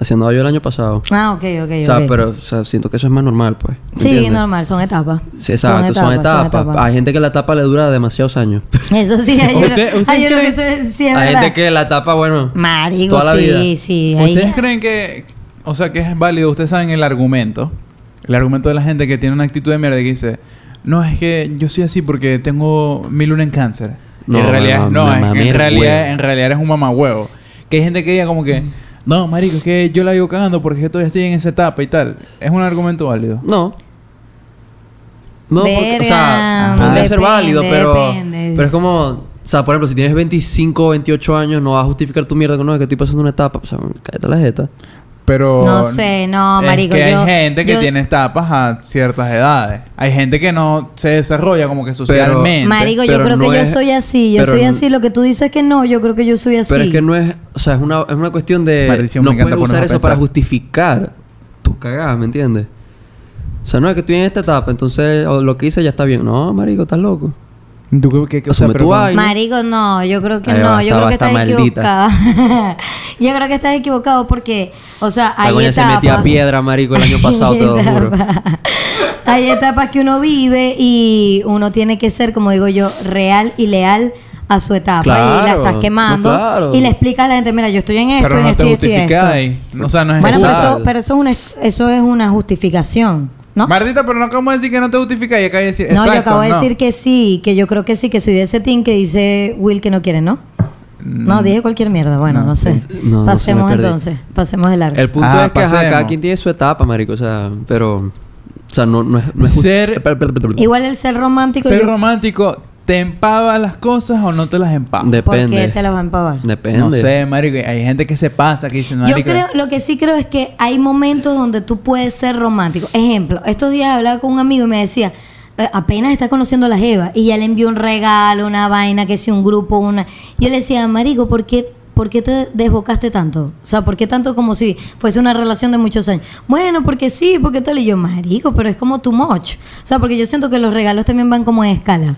Speaker 4: Haciendo yo el año pasado.
Speaker 3: Ah, ok, ok,
Speaker 4: O sea,
Speaker 3: ok.
Speaker 4: pero o sea, siento que eso es más normal, pues. ¿me
Speaker 3: Sí,
Speaker 4: entiendes?
Speaker 3: normal, son etapas.
Speaker 4: Sí, exacto, son, etapas. Hay gente que la etapa le dura demasiados años.
Speaker 3: Eso sí, hay uno,
Speaker 2: ¿Usted- usted
Speaker 3: hay uno
Speaker 2: cree-
Speaker 3: que se sí, es
Speaker 4: Hay
Speaker 3: verdad.
Speaker 4: gente que la etapa, bueno.
Speaker 3: Marico,
Speaker 4: toda la
Speaker 3: sí,
Speaker 4: vida.
Speaker 3: sí. hay-
Speaker 2: ¿Ustedes creen que, o sea, que es válido? Ustedes saben el argumento. El argumento de la gente que tiene una actitud de mierda y que dice, no, es que yo soy así porque tengo mi luna en cáncer.
Speaker 4: No,
Speaker 2: Y en realidad,
Speaker 4: mamá,
Speaker 2: no, es-
Speaker 4: mamá,
Speaker 2: en,
Speaker 4: mierda,
Speaker 2: realidad,
Speaker 4: huevo.
Speaker 2: en realidad es un mamahuevo. Que hay gente que diga como que,
Speaker 3: Mm.
Speaker 2: no, marico, es que yo la vivo cagando porque todavía estoy en esa etapa y tal. Es un argumento válido.
Speaker 4: No. No, porque, o
Speaker 3: Verga,
Speaker 4: sea,
Speaker 3: Ah.
Speaker 4: podría ser
Speaker 3: depende,
Speaker 4: válido, pero.
Speaker 3: depende.
Speaker 4: Pero es como. O sea, por ejemplo, si tienes 25 o 28 años, no vas a justificar tu mierda con no, es que estoy pasando una etapa. O sea, cállate la jeta.
Speaker 3: Ah,
Speaker 2: Pero...
Speaker 3: No sé, no,
Speaker 2: es
Speaker 3: marico,
Speaker 2: que
Speaker 3: yo-
Speaker 2: hay gente que
Speaker 3: yo-
Speaker 2: tiene etapas a ciertas edades. Hay gente que no se desarrolla como que socialmente.
Speaker 3: Marico, yo
Speaker 4: pero
Speaker 3: creo
Speaker 4: no
Speaker 3: que
Speaker 4: es-
Speaker 3: yo soy así, yo
Speaker 4: pero
Speaker 3: soy
Speaker 4: no-
Speaker 3: así. Lo que tú dices que no, yo creo que yo soy así.
Speaker 4: Pero es que no es. O sea, es una, es una cuestión de.
Speaker 2: Maldición,
Speaker 4: no
Speaker 2: me encanta
Speaker 4: puedes usar
Speaker 2: ponerme a
Speaker 4: eso para
Speaker 2: pensar.
Speaker 4: justificar tus cagadas, ¿me entiendes? O sea, no es que estoy en esta etapa, entonces o lo que hice ya está bien. No, marico, estás loco.
Speaker 2: ¿Tú qué- qué- o sea,
Speaker 4: Asume
Speaker 2: pero
Speaker 4: tu
Speaker 2: con-
Speaker 4: vaina.
Speaker 3: Marico, no, yo creo que
Speaker 4: Ahí
Speaker 3: no,
Speaker 4: va,
Speaker 3: yo
Speaker 4: está-
Speaker 3: creo que
Speaker 4: está
Speaker 3: estás
Speaker 4: maldita.
Speaker 3: equivocado. yo creo que estás equivocado porque, o sea,
Speaker 4: La
Speaker 3: hay
Speaker 4: coña
Speaker 3: etapas.
Speaker 4: se metía a piedra, marico, el año pasado, te lo juro.
Speaker 3: Hay etapas que uno vive y uno tiene que ser, como digo yo, real y leal a su etapa y la
Speaker 4: Claro,
Speaker 3: estás
Speaker 4: no,
Speaker 3: quemando
Speaker 4: claro.
Speaker 3: y le explicas a la gente, mira, yo estoy en esto,
Speaker 2: Pero
Speaker 3: en
Speaker 2: no
Speaker 3: esto
Speaker 2: te
Speaker 3: y esto y esto.
Speaker 2: justificáis. O sea, no es
Speaker 3: Bueno, pero
Speaker 2: necesario.
Speaker 3: eso, pero eso es una eso es una justificación, ¿no?
Speaker 2: Mardita, pero no acabamos de decir que no te justificáis. Acabas de decir.
Speaker 3: no, yo
Speaker 2: exacto,
Speaker 3: acabo de
Speaker 2: no.
Speaker 3: decir que sí, que yo creo que sí, que soy de ese team que dice Will que no quiere, ¿no? No, dije cualquier mierda, bueno,
Speaker 2: Mm. No,
Speaker 3: no, sé.
Speaker 2: sí.
Speaker 4: No, no, se
Speaker 3: pasemos
Speaker 4: me perdí.
Speaker 3: entonces, pasemos de largo.
Speaker 4: El punto
Speaker 2: Ah,
Speaker 4: es que ajá,
Speaker 2: pasemos.
Speaker 4: cada quien tiene su etapa, marico. O sea, pero... O sea, no, no es, no es
Speaker 2: Ser-
Speaker 4: Depende.
Speaker 3: Igual el ser romántico,
Speaker 2: Ser
Speaker 3: yo-
Speaker 2: romántico, ¿te empava las cosas o no te las empava?
Speaker 3: ¿por qué te las va a empavar?
Speaker 4: Depende.
Speaker 2: No sé, marico. Hay gente que se pasa, que dice, no,
Speaker 3: Yo creo, lo que sí creo es que hay momentos donde tú puedes ser romántico. Ejemplo, estos días hablaba con un amigo y me decía, eh, apenas está conociendo a la Jeva y ya le envió un regalo, una vaina, que si un grupo, una... Yo le decía, Marico, ¿por qué, ¿por qué te desbocaste tanto? O sea, ¿por qué tanto como si fuese una relación de muchos años? Bueno, porque sí, porque tal. Y yo, Marico, pero es como too much. O sea, porque yo siento que los regalos también van como en escala.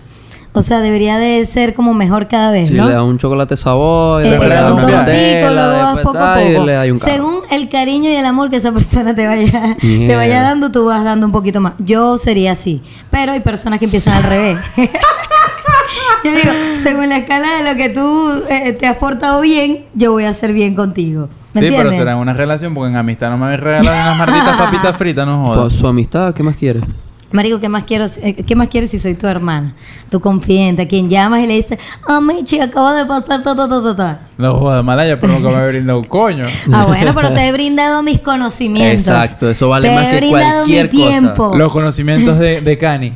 Speaker 3: O sea, debería de ser como mejor cada vez,
Speaker 4: Si
Speaker 3: ¿no?
Speaker 4: le da un chocolate sabor, y
Speaker 3: Eh,
Speaker 4: después le da
Speaker 3: exacto,
Speaker 4: una
Speaker 3: un
Speaker 2: Toma,
Speaker 4: Nutella,
Speaker 3: tontico, luego vas
Speaker 4: después
Speaker 3: poco a
Speaker 4: tal, y
Speaker 3: poco.
Speaker 4: le da un carro.
Speaker 3: Según el cariño y el amor que esa persona te vaya, te
Speaker 4: Mierda.
Speaker 3: vaya dando, tú vas dando un poquito más. Yo sería así. Pero hay personas que empiezan al revés. yo digo, según la escala de lo que tú eh, te has portado bien, yo voy a ser bien contigo. ¿Me
Speaker 2: Sí, pero
Speaker 3: entiendes?
Speaker 2: será en una relación porque en amistad no me regalan unas marditas papitas fritas, no
Speaker 4: Su,
Speaker 2: jodas.
Speaker 4: su amistad, ¿qué más quieres?
Speaker 3: Marico, ¿qué más quiero? eh, ¿Qué más quieres si soy tu hermana? Tu confidente, a quien llamas y le dices, ah, Michi, acaba de pasar ta, ta, ta, ta, ta".
Speaker 2: No jodas, malaya, pero nunca me he brindado un coño.
Speaker 3: Ah, bueno, pero te he brindado mis conocimientos.
Speaker 4: Exacto, eso vale
Speaker 3: Te
Speaker 4: más
Speaker 3: he
Speaker 4: que
Speaker 3: brindado
Speaker 4: cualquier
Speaker 3: mi
Speaker 4: cosa.
Speaker 3: tiempo.
Speaker 2: Los conocimientos de, de Cani.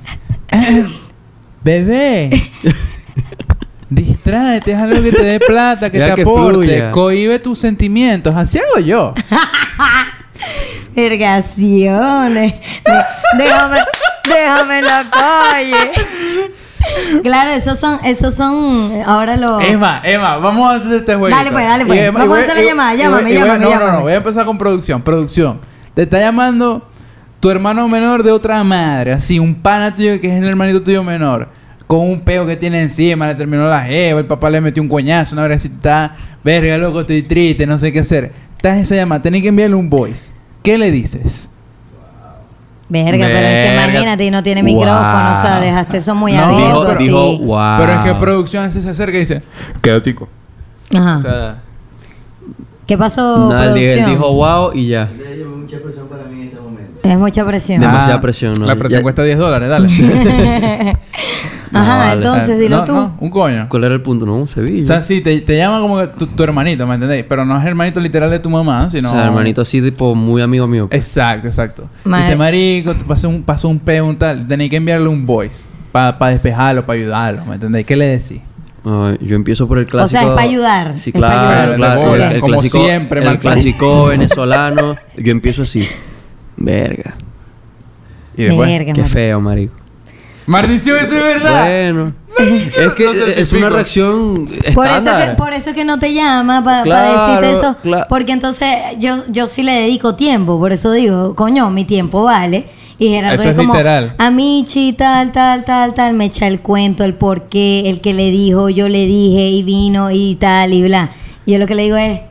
Speaker 2: Bebé. Distráete, haz algo que te dé plata, que
Speaker 4: Ya
Speaker 2: te
Speaker 4: que
Speaker 2: aporte,
Speaker 4: fluya.
Speaker 2: cohibe tus sentimientos, así hago yo.
Speaker 3: Vergaciones. De- déjame, déjame la calle. Claro, esos son, esos son ahora los.
Speaker 2: Emma, Emma, vamos a hacer este juego.
Speaker 3: Oh. Dale, pues, dale, pues. Vamos a hacer la llamada, llámame, llámame,
Speaker 2: No, no,
Speaker 3: llámame.
Speaker 2: no, voy a empezar con producción, producción. Te está llamando tu hermano menor de otra madre, así, un pana tuyo que es el hermanito tuyo menor, con un peo que tiene encima, le terminó la jeva, el papá le metió un coñazo, una está verga, loco, estoy triste, no sé qué hacer. Estás en esa llamada, tenés que enviarle un voice. ¿Qué le dices?
Speaker 3: Verga, pero es que
Speaker 4: Verga.
Speaker 3: imagínate, y no tiene
Speaker 4: Wow.
Speaker 3: micrófono, o sea, dejaste eso muy
Speaker 2: No,
Speaker 3: abierto.
Speaker 2: pero-
Speaker 3: así.
Speaker 4: dijo, wow.
Speaker 2: Pero es que producción se acerca y dice, queda chico.
Speaker 3: Ajá.
Speaker 2: O sea,
Speaker 3: ¿Qué pasó?
Speaker 4: Nada, él dijo- él
Speaker 3: producción?
Speaker 4: dijo wow y ya.
Speaker 5: Ella llevó mucha presión para mí en este momento.
Speaker 3: Es mucha presión.
Speaker 4: Demasiado. demasiada presión, ¿no?
Speaker 2: La presión
Speaker 4: Ya-
Speaker 2: cuesta 10 dólares, dale.
Speaker 4: No,
Speaker 3: Ajá,
Speaker 4: vale.
Speaker 3: entonces dilo
Speaker 2: No,
Speaker 3: tú.
Speaker 2: no, un coño.
Speaker 4: ¿Cuál era el punto? No,
Speaker 2: O
Speaker 4: Sevilla.
Speaker 2: sea, sí, te, te llama como que tu, tu hermanito, ¿me entendéis? Pero no es hermanito literal de tu mamá, sino...
Speaker 4: O sea, hermanito así, tipo, muy amigo mío.
Speaker 2: Exacto, exacto.
Speaker 3: Madre-
Speaker 2: Dice, marico, te pasó un, pasó un peo, un tal. Tenéis que enviarle un voice para despejarlo, para ayudarlo, ¿me entendéis? ¿Qué le decís?
Speaker 4: Ay, Ah, yo empiezo por el clásico.
Speaker 3: O sea, es pa' ayudar,
Speaker 4: Sí,
Speaker 3: es pa'
Speaker 4: claro,
Speaker 2: ayudar.
Speaker 4: claro.
Speaker 2: Claro, de
Speaker 4: El, el
Speaker 2: bola, como
Speaker 4: clásico,
Speaker 2: siempre,
Speaker 4: el
Speaker 2: mal parido.
Speaker 4: clásico venezolano. Yo empiezo así. Verga.
Speaker 2: Y después...
Speaker 3: Verga.
Speaker 4: Qué
Speaker 3: marico.
Speaker 4: feo, marico.
Speaker 2: ¡Maldición, eso es verdad!
Speaker 4: Bueno. Es que
Speaker 2: Lo certifico.
Speaker 4: es una reacción
Speaker 3: Por eso, que,
Speaker 4: estándar.
Speaker 3: por eso que no te llama para
Speaker 4: Claro,
Speaker 3: decirte eso.
Speaker 4: cla-
Speaker 3: Porque entonces yo, yo sí le dedico tiempo. Por eso digo, coño, mi tiempo vale. Y Gerardo
Speaker 2: Eso es
Speaker 3: como,
Speaker 2: literal.
Speaker 3: a Michi, tal, tal, tal, tal. Me echa el cuento, el por qué, el que le dijo, yo le dije y vino y tal y bla. Y yo lo que le digo es,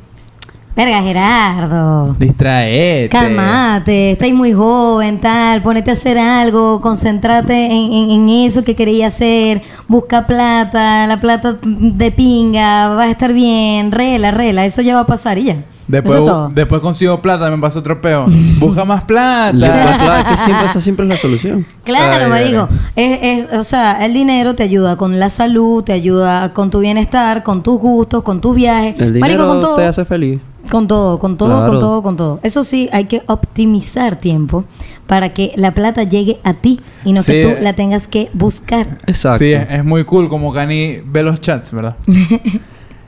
Speaker 3: verga, Gerardo.
Speaker 2: Distraete.
Speaker 3: Calmate, estás muy joven, tal, ponete a hacer algo, concéntrate en, en- en eso que quería hacer, busca plata, la plata de pinga, vas a estar bien, rela, rela, eso ya va a pasar y ya.
Speaker 2: Después,
Speaker 3: eso es todo.
Speaker 2: después consigo plata, me pasa otro peo. Busca más plata.
Speaker 4: Claro, claro, es que siempre, esa siempre es la solución.
Speaker 3: Claro,
Speaker 2: Ay,
Speaker 3: marico. Es, es- o sea, el dinero te ayuda con la salud, te ayuda con tu bienestar, con tus gustos, con tus viajes.
Speaker 4: El
Speaker 3: marico, con
Speaker 4: dinero
Speaker 3: todo.
Speaker 4: te hace feliz.
Speaker 3: Con todo, con todo,
Speaker 4: Claro.
Speaker 3: con todo, con todo. Eso sí, hay que optimizar tiempo para que la plata llegue a ti y no que
Speaker 2: Sí.
Speaker 3: tú la tengas que buscar.
Speaker 4: Exacto.
Speaker 2: Sí, es, es muy cool como Cani ve los chats, ¿verdad?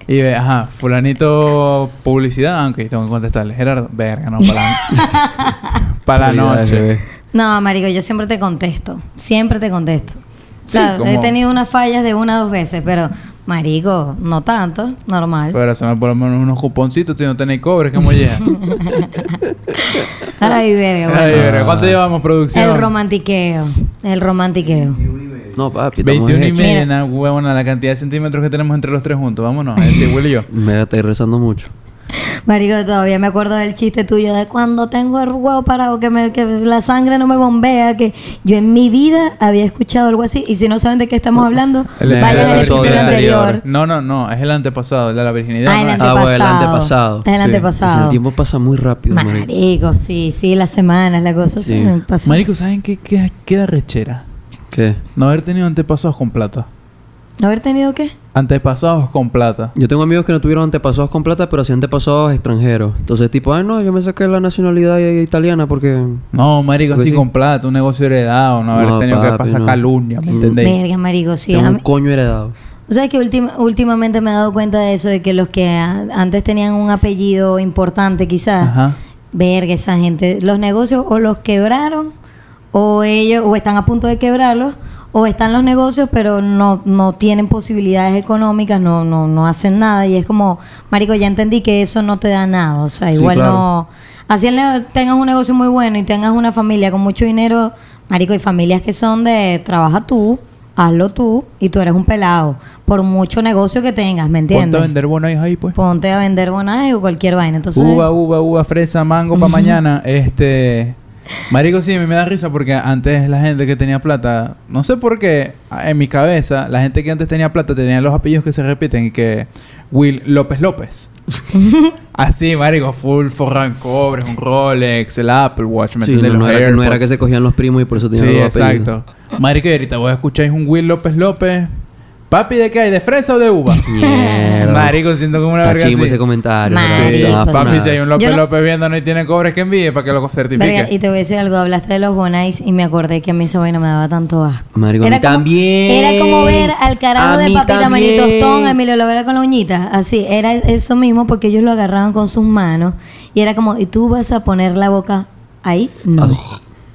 Speaker 2: y ve, ajá, fulanito publicidad, aunque tengo que contestarle. Gerardo, verga, no, para la, para la noche.
Speaker 3: No, marico, yo siempre te contesto. Siempre te contesto. O
Speaker 2: Sí,
Speaker 3: sea,
Speaker 2: como-
Speaker 3: he tenido unas fallas de una o dos veces, pero marico, no tanto, normal.
Speaker 2: Pero se me por lo menos unos cuponcitos, si no tenéis cobre, que molleja.
Speaker 3: Ay, verga, bueno.
Speaker 2: Ay, verga, ¿cuánto llevamos producción?
Speaker 3: El romantiqueo, el romantiqueo.
Speaker 4: No, papi, estamos
Speaker 2: 21 y
Speaker 4: hechos.
Speaker 2: media, na, huevona, la cantidad de centímetros que tenemos entre los tres juntos. Vámonos, ese Will y yo.
Speaker 4: Mira, estoy rezando mucho.
Speaker 3: Marico, todavía me acuerdo del chiste tuyo de cuando tengo el huevo parado, que, me, que la sangre no me bombea, que yo en mi vida había escuchado algo así. Y si no saben de qué estamos hablando,
Speaker 2: El episodio
Speaker 3: vayan al episodio
Speaker 2: anterior.
Speaker 3: anterior.
Speaker 2: No, no, no, es el antepasado, el de la virginidad.
Speaker 3: Ah,
Speaker 2: ¿no?
Speaker 3: el
Speaker 4: Ah, bueno, el
Speaker 3: antepasado.
Speaker 4: antepasado.
Speaker 3: Es
Speaker 2: Sí.
Speaker 3: el
Speaker 4: O sea,
Speaker 3: antepasado.
Speaker 4: el tiempo pasa muy rápido, marico.
Speaker 3: Marico, sí, sí, las semanas, la cosa
Speaker 4: Sí.
Speaker 3: sí. me pasa.
Speaker 2: Marico, ¿saben qué queda, queda rechera?
Speaker 4: ¿Qué?
Speaker 2: No haber tenido antepasados con plata.
Speaker 3: ¿Haber tenido qué?
Speaker 2: Antepasados con plata.
Speaker 4: Yo tengo amigos que no tuvieron antepasados con plata, pero sí antepasados extranjeros. Entonces, tipo, ay, no, yo me saqué la nacionalidad i- italiana porque...
Speaker 2: No, marico,
Speaker 4: Pues
Speaker 2: así
Speaker 4: sí.
Speaker 2: con plata, un negocio heredado, no haber
Speaker 4: No,
Speaker 2: tenido que
Speaker 4: papi,
Speaker 2: pasar
Speaker 4: no.
Speaker 2: calumnia, ¿me
Speaker 4: Mm.
Speaker 2: entendéis?
Speaker 3: Verga, marico, sí.
Speaker 4: tengo
Speaker 3: a
Speaker 4: un
Speaker 3: mí-
Speaker 4: coño heredado.
Speaker 3: O sea, que últim- últimamente me he dado cuenta de eso, de que los que a- antes tenían un apellido importante quizás,
Speaker 2: Ajá.
Speaker 3: verga esa gente, los negocios o los quebraron, o ellos, o están a punto de quebrarlos, o están los negocios, pero no, no tienen posibilidades económicas, no, no, no hacen nada, y es como, marico, ya entendí que eso no te da nada, o sea,
Speaker 4: Sí,
Speaker 3: igual
Speaker 4: claro.
Speaker 3: no, así el nego- tengas un negocio muy bueno y tengas una familia con mucho dinero, marico, hay familias que son de trabaja tú, hazlo tú y tú eres un pelado, por mucho negocio que tengas, ¿me
Speaker 2: Ponte a
Speaker 3: entiendes?
Speaker 2: vender bonos ahí, pues.
Speaker 3: Ponte a vender bonaje o cualquier vaina, entonces
Speaker 2: Uva, uva, uva, fresa, mango para mañana. Este. Marico, sí, a mí me da risa porque antes la gente que tenía plata, no sé por qué, a- en mi cabeza, la gente que antes tenía plata tenía los apellidos que se repiten y que Will López López. Así, marico, full forran cobres, un Rolex, el Apple Watch, ¿me
Speaker 4: Sí, no,
Speaker 2: entiendes?
Speaker 4: no
Speaker 2: Los
Speaker 4: era, que- no era
Speaker 2: AirPods.
Speaker 4: que se cogían los primos y por eso
Speaker 2: Sí,
Speaker 4: tenían los dos apellidos.
Speaker 2: exacto. Marico, y ahorita vos escucháis un Will López López. Papi, ¿de qué hay? ¿De fresa o de uva?
Speaker 4: Mierda.
Speaker 2: Marico, siento como una
Speaker 4: Está
Speaker 2: verga
Speaker 4: chimbo
Speaker 2: así.
Speaker 4: ese comentario.
Speaker 3: Marico,
Speaker 4: ¿verdad?
Speaker 2: Sí,
Speaker 4: No,
Speaker 3: pues
Speaker 4: para
Speaker 2: papi,
Speaker 4: nada.
Speaker 2: si hay un
Speaker 3: Yo
Speaker 2: López
Speaker 3: no-
Speaker 2: López viéndonos y tiene cobres que envíe para que lo certifique.
Speaker 3: Verga, y te voy a decir algo, hablaste de los Bonais y me acordé que a mí esa vaina me daba tanto asco.
Speaker 4: Marico, a mí
Speaker 3: como,
Speaker 4: también.
Speaker 3: Era como ver al carajo
Speaker 4: A
Speaker 3: de
Speaker 4: mí
Speaker 3: Papita
Speaker 4: también.
Speaker 3: Manito Stone, a Emilio Lovera con la uñita. Así, era eso mismo porque ellos lo agarraban con sus manos y era como, ¿y tú vas a poner la boca ahí? No.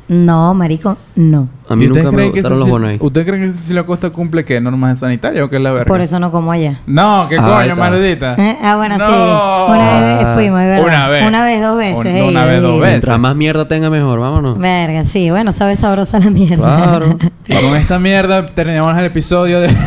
Speaker 3: No, marico, no.
Speaker 4: A mí
Speaker 2: ¿Y ustedes
Speaker 4: nunca me
Speaker 2: creen que
Speaker 4: gustaron
Speaker 2: eso
Speaker 4: los
Speaker 2: sí-
Speaker 4: bonos ahí.
Speaker 2: ¿Ustedes creen que Cecilia Costa cumple qué? ¿Normas sanitarias o qué es la verga?
Speaker 3: Por eso no como allá.
Speaker 2: No, qué
Speaker 4: Ah, ahí
Speaker 2: coño,
Speaker 4: está. Ah.
Speaker 2: maldita.
Speaker 3: Eh, Ah, bueno, sí.
Speaker 2: No.
Speaker 3: Una vez fuimos, es verdad.
Speaker 2: Una vez.
Speaker 3: Una vez, dos veces.
Speaker 2: Un-
Speaker 3: ey,
Speaker 2: una vez, dos
Speaker 3: ey.
Speaker 2: veces.
Speaker 4: Mientras más mierda tenga, mejor. Vámonos.
Speaker 3: Verga, sí. Bueno, sabe sabrosa la mierda.
Speaker 4: Claro.
Speaker 2: Y con esta mierda terminamos el episodio de...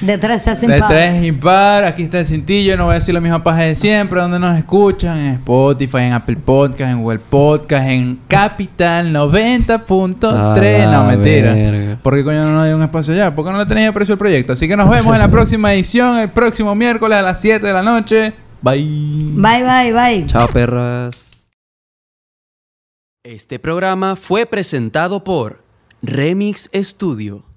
Speaker 3: De tres se hacen
Speaker 2: De E
Speaker 3: pavos.
Speaker 2: tres impar, aquí está el cintillo, no voy a decir la misma paja de siempre, donde nos escuchan, en Spotify, en Apple Podcast, en Google Podcast, en Capital 90.3,
Speaker 4: A la
Speaker 2: no mentira.
Speaker 4: verga.
Speaker 2: ¿Por qué coño no nos dio un espacio allá? ¿Por qué no le tenéis aprecio al proyecto? Así que nos vemos en la próxima edición, el próximo miércoles a las 7 de la noche. Bye.
Speaker 3: Bye, bye, bye.
Speaker 4: Chao, perras.
Speaker 1: Este programa fue presentado por Remix Studio.